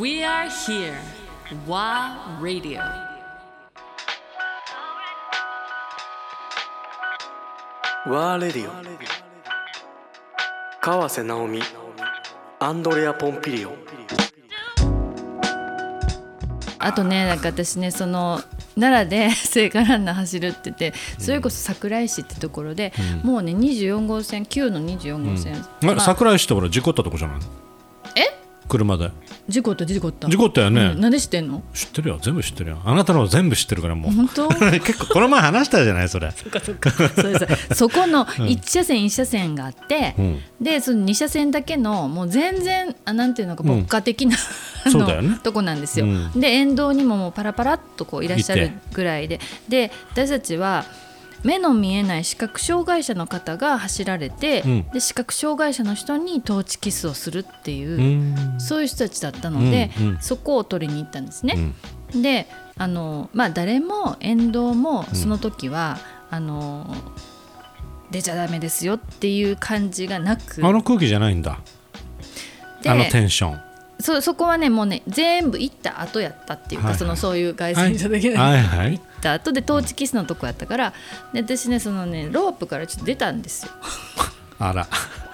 We are here. WA Radio. ワーレディオ川瀬直美アンドレア・ポンピリオあとねなんか私ねその奈良で 聖火ランナー走るって言ってそれこそ桜井市ってところで、もうね24号線旧の24号線、あれまあ桜井市ってほら事故ったとこじゃないのえ車で事故った事故った事故ったよね、うんなんで知ってんの知ってるよ全部知ってるよあなたのは全部知ってるからもう本当 結構この前話したじゃないそれそうですそこの1車線1車線があって、うんでその2車線だけのもう全然あなんていうのか牧歌的な、あそうのだよねとこなんですよ。うで沿道にももうパラパラっとこういらっしゃいるてぐらいでで私たちは目の見えない視覚障害者の方が走られて、うんで視覚障害者の人にトーチキスをするっていうう、んそういう人たちだったので、うんうんそこを取りに行ったんですね。であのまあ誰も沿道もその時は、あの出ちゃダメですよっていう感じがなくあの空気じゃないんだであのテンションそそこはねもうね全部行った後やったっていうか、はいはいそのそういう外線者だけで、はいは行いった後でトーチキスのとこやったからで私ねそのねロープからちょっと出たんですよあ ら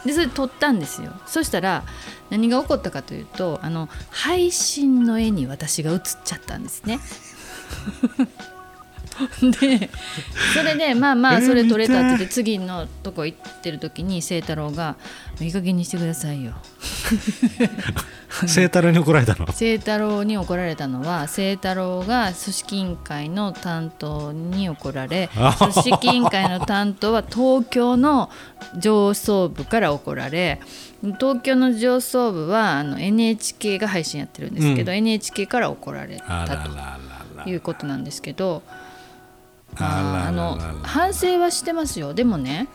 でそれ撮ったんですよそしたら何が起こったかというとあの配信の絵に私が映っちゃったんですね でそれでまあまえあーそれ撮れたって言っ見て次のとこ行ってる時に清太郎が「いい加減にしてくださいよ」聖太郎に怒られたの清太郎に怒られたのは清太郎が組織委員会の担当に怒られ組織委員会の担当は東京の上層部から怒られ東京の上層部はあの NHK が配信やってるんですけど、NHK から怒られあららたらということなんですけどまああららららあの反省はしてますよでもね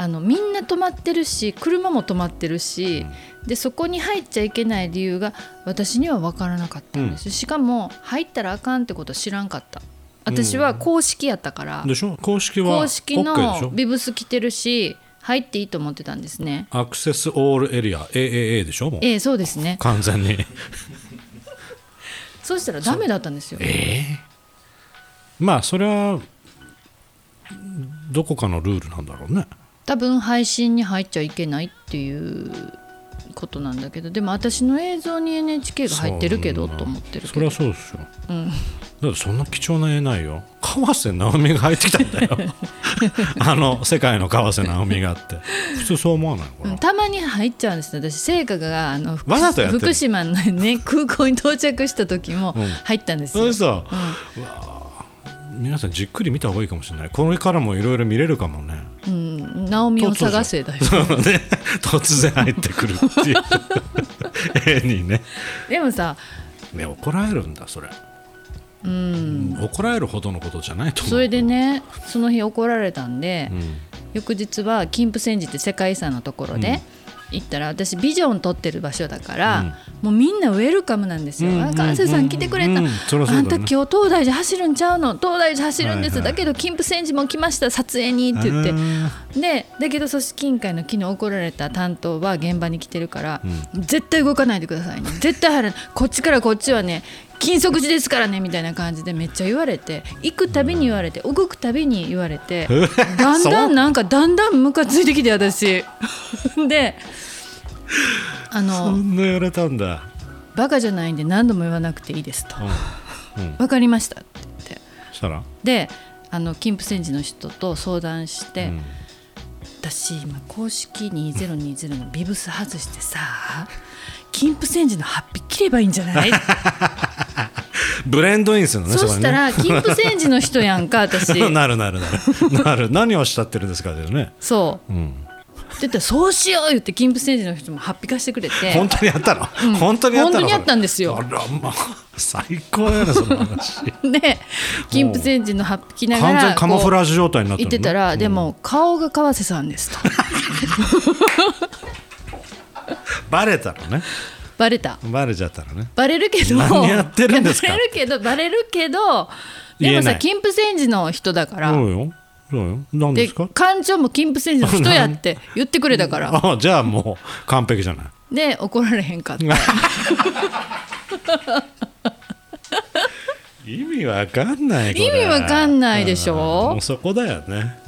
あのみんな止まってるし車も止まってるし、でそこに入っちゃいけない理由が私には分からなかったんです、しかも入ったらあかんってこと知らんかった私は公式やったから、でしょ公式は公式 OK でしのょビブス着てるし入っていいと思ってたんですねアクセスオールエリア AAA でしょもうええそうですね完全にそうしたらダメだったんですよまあそれはどこかのルールなんだろうね多分配信に入っちゃいけないっていうことなんだけどでも私の映像に NHK が入ってるけどそんなと思ってるそけりどゃそうですよ、だってそんな貴重な絵ないよ川瀬直美が入ってきたんだよ あの世界の川瀬直美があって普通そう思わないのかう、なんたまに入っちゃうんですよ私聖火があの福 わざとやってる福島の、ね、 空港に到着した時もん入ったんですそうよ、ですよ、うわー皆さんじっくり見た方がいいかもしれないこれからもいろいろ見れるかもね うん、直美を探せだよね突然入ってくるって いう絵にねでもさね怒られるんだそれうん怒られるほどのことじゃないと思うそれでねその日怒られたんで、ん翌日は金峰山寺って世界遺産のところで、行ったら私ビジョン撮ってる場所だから、もうみんなウェルカムなんですよ。うんあ関西さん来てくれた、うんうんそりゃそうだあよんねた今日東大寺走るんちゃうの東大寺走るんです、はいはいだけど金峰山寺も来ました撮影にって言ってあーでだけど組織委員会の昨日怒られた担当は現場に来てるから、絶対動かないでくださいね絶対入らないこっちからこっちはね禁足時ですからねみたいな感じでめっちゃ言われて行くたびに言われて動くたびに言われてだんだんなんかだんだんムカついてきて 私であそのんな言われたんだバカじゃないんで何度も言わなくていいですとうんうんわかりましたって言ってしたらであの金峰山寺の人と相談して、うん私今公式2020のビブス外してさ金プセンジのハッピー切ればいいんじゃ ないブレンドインするのねそこしはねたら金プセンジの人や んか私なるなるなる なる何をしたってるんですかだよねそう、んって言ったらそうしよう言って金プセンジの人もハッピー化してくれて本当にやったの、本当にやっ本たの当にやったんですよあらまあ最高だよねその話 で金プセンジのハッピー着ながら完全カモフラージュ状態になって言るっのてたら、でも顔が川瀬さんですとバレたのねバレたバレちゃったのねバレるけど何やってるんですかバレるけどバレるけどで言もえなさい金プセンジの人だから、そうよそうよ何でですか館長も金プセンジの人や って言ってくれたからあじゃあもう完璧じゃないで怒られへんかった意味わかんないこれ意味わかんないでしょうんもうそこだよね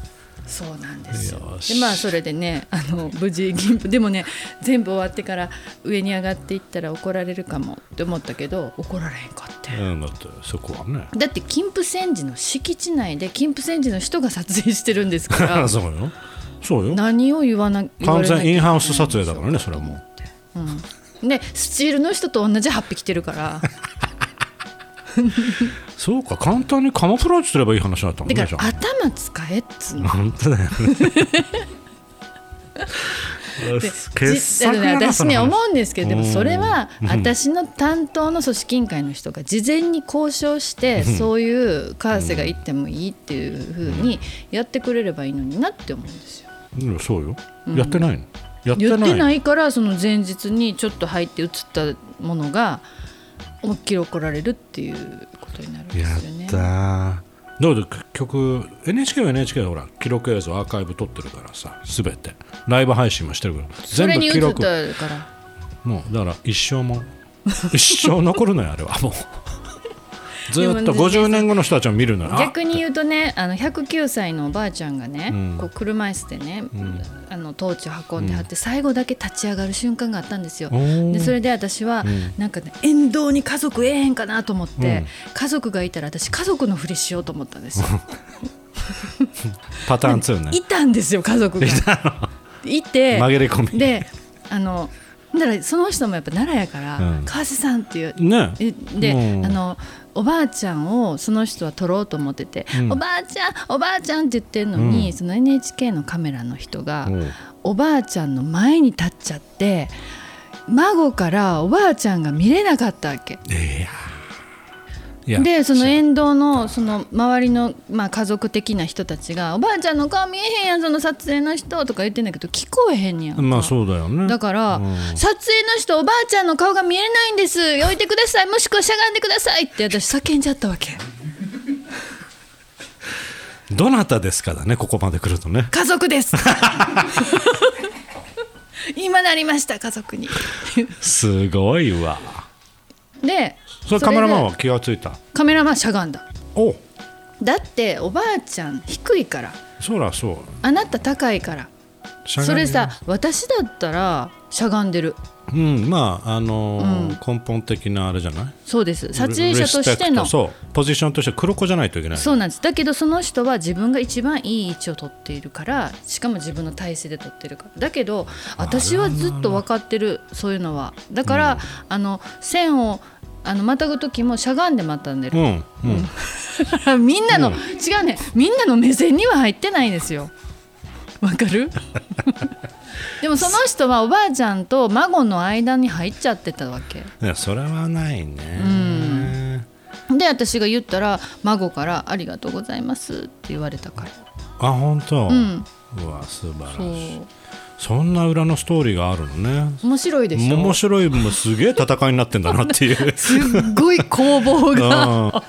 そうなんですよよしでまあそれでねあの無事銀でもね全部終わってから上に上がっていったら怒られるかもって思ったけど怒られへんかって、うんだってそこはねだって金峰山寺の敷地内で金峰山寺の人が撮影してるんですから そうよそうよ何を言わな言わ完れなきゃい全けないインハウス撮影だからねそれはもうでスチールの人と同じ8匹着てるから そうか簡単にカモフラージュすればいい話だったもんだかねじゃら頭使えっつうあの本 当だよね傑じあ作のだねな私ねその話思うんですけどでもうんそれはうん私の担当の組織委員会の人が事前に交渉してそういうカーセが行ってもいいっていうふうにやってくれればいいのになって思うんですよ。うんそうよ、やってないのやって言ってなないいからその前日にちょっと入って映ったものが思いっきり怒られるっていうことになるんでやすよね。ったーどうで結局 NHK は NHK でほら記録映像アーカイブ撮ってるからさすべてライブ配信もしてるからそれ全に部映っ記た録からもうだから一 生も一生残るのよあれはもうずーっでとも50年後の人たちを見るのよあ逆に言うとねあの109歳のおばあちゃんがね、うんこう車椅子でね、あのトーチを運んではって、最後だけ立ち上がる瞬間があったんですよ。おーでそれで私は、んなんかね沿道に家族ええへんかなと思って、うん家族がいたら私家族のふりしようと思ったん ですよ。パターン2ねいたんですよ家族が。いて紛れ込みであのだからその人もやっぱ奈良やから、うん川瀬さんっていうねえで、うんあのおばあちゃんをその人は撮ろうと思ってて「うんおばあちゃんおばあちゃん」って言ってるのに、うんその NHK のカメラの人が、うんおばあちゃんの前に立っちゃって孫からおばあちゃんが見れなかったわけ。いやーいやでその沿道のその周りの、まあ、家族的な人たちが「おばあちゃんの顔見えへんやんその撮影の人」とか言ってんだけど聞こえへんやんかまあそうだよねだから、うん撮影の人おばあちゃんの顔が見えないんです置いてくださいもしくはしゃがんでくださいって私叫んじゃったわけどなたですかだねここまで来るとね家族です 今なりました家族にすごいわでそれでカメラマンは気がついたカメラマンしゃがんだおだっておばあちゃん低いからそらそうあなた高いからしゃがんそでれさ私だったらしゃがんでるうんまああのー根本的なあれじゃないそうです撮影者としリスペてクトのそうそうポジションとして黒子じゃないといけないなんですだけどその人は自分が一番いい位置を取っているからしかも自分の体勢で取ってるからだけど私はずっと分かってるそういうのはだから、あの線をあのまたぐ時もしゃがんでまたんでる う、んうんだからみんなの、うん違うねみんなの目線には入ってないんですよわかる でもその人はおばあちゃんと孫の間に入っちゃってたわけいやそれはないねで私が言ったら孫から「ありがとうございます」って言われたからあ本当んうわ素晴そらしいうそんな裏のストーリーがあるのね面白いでしょ 面白いもすげえ戦いになってんだなっていうすっごい攻防うがん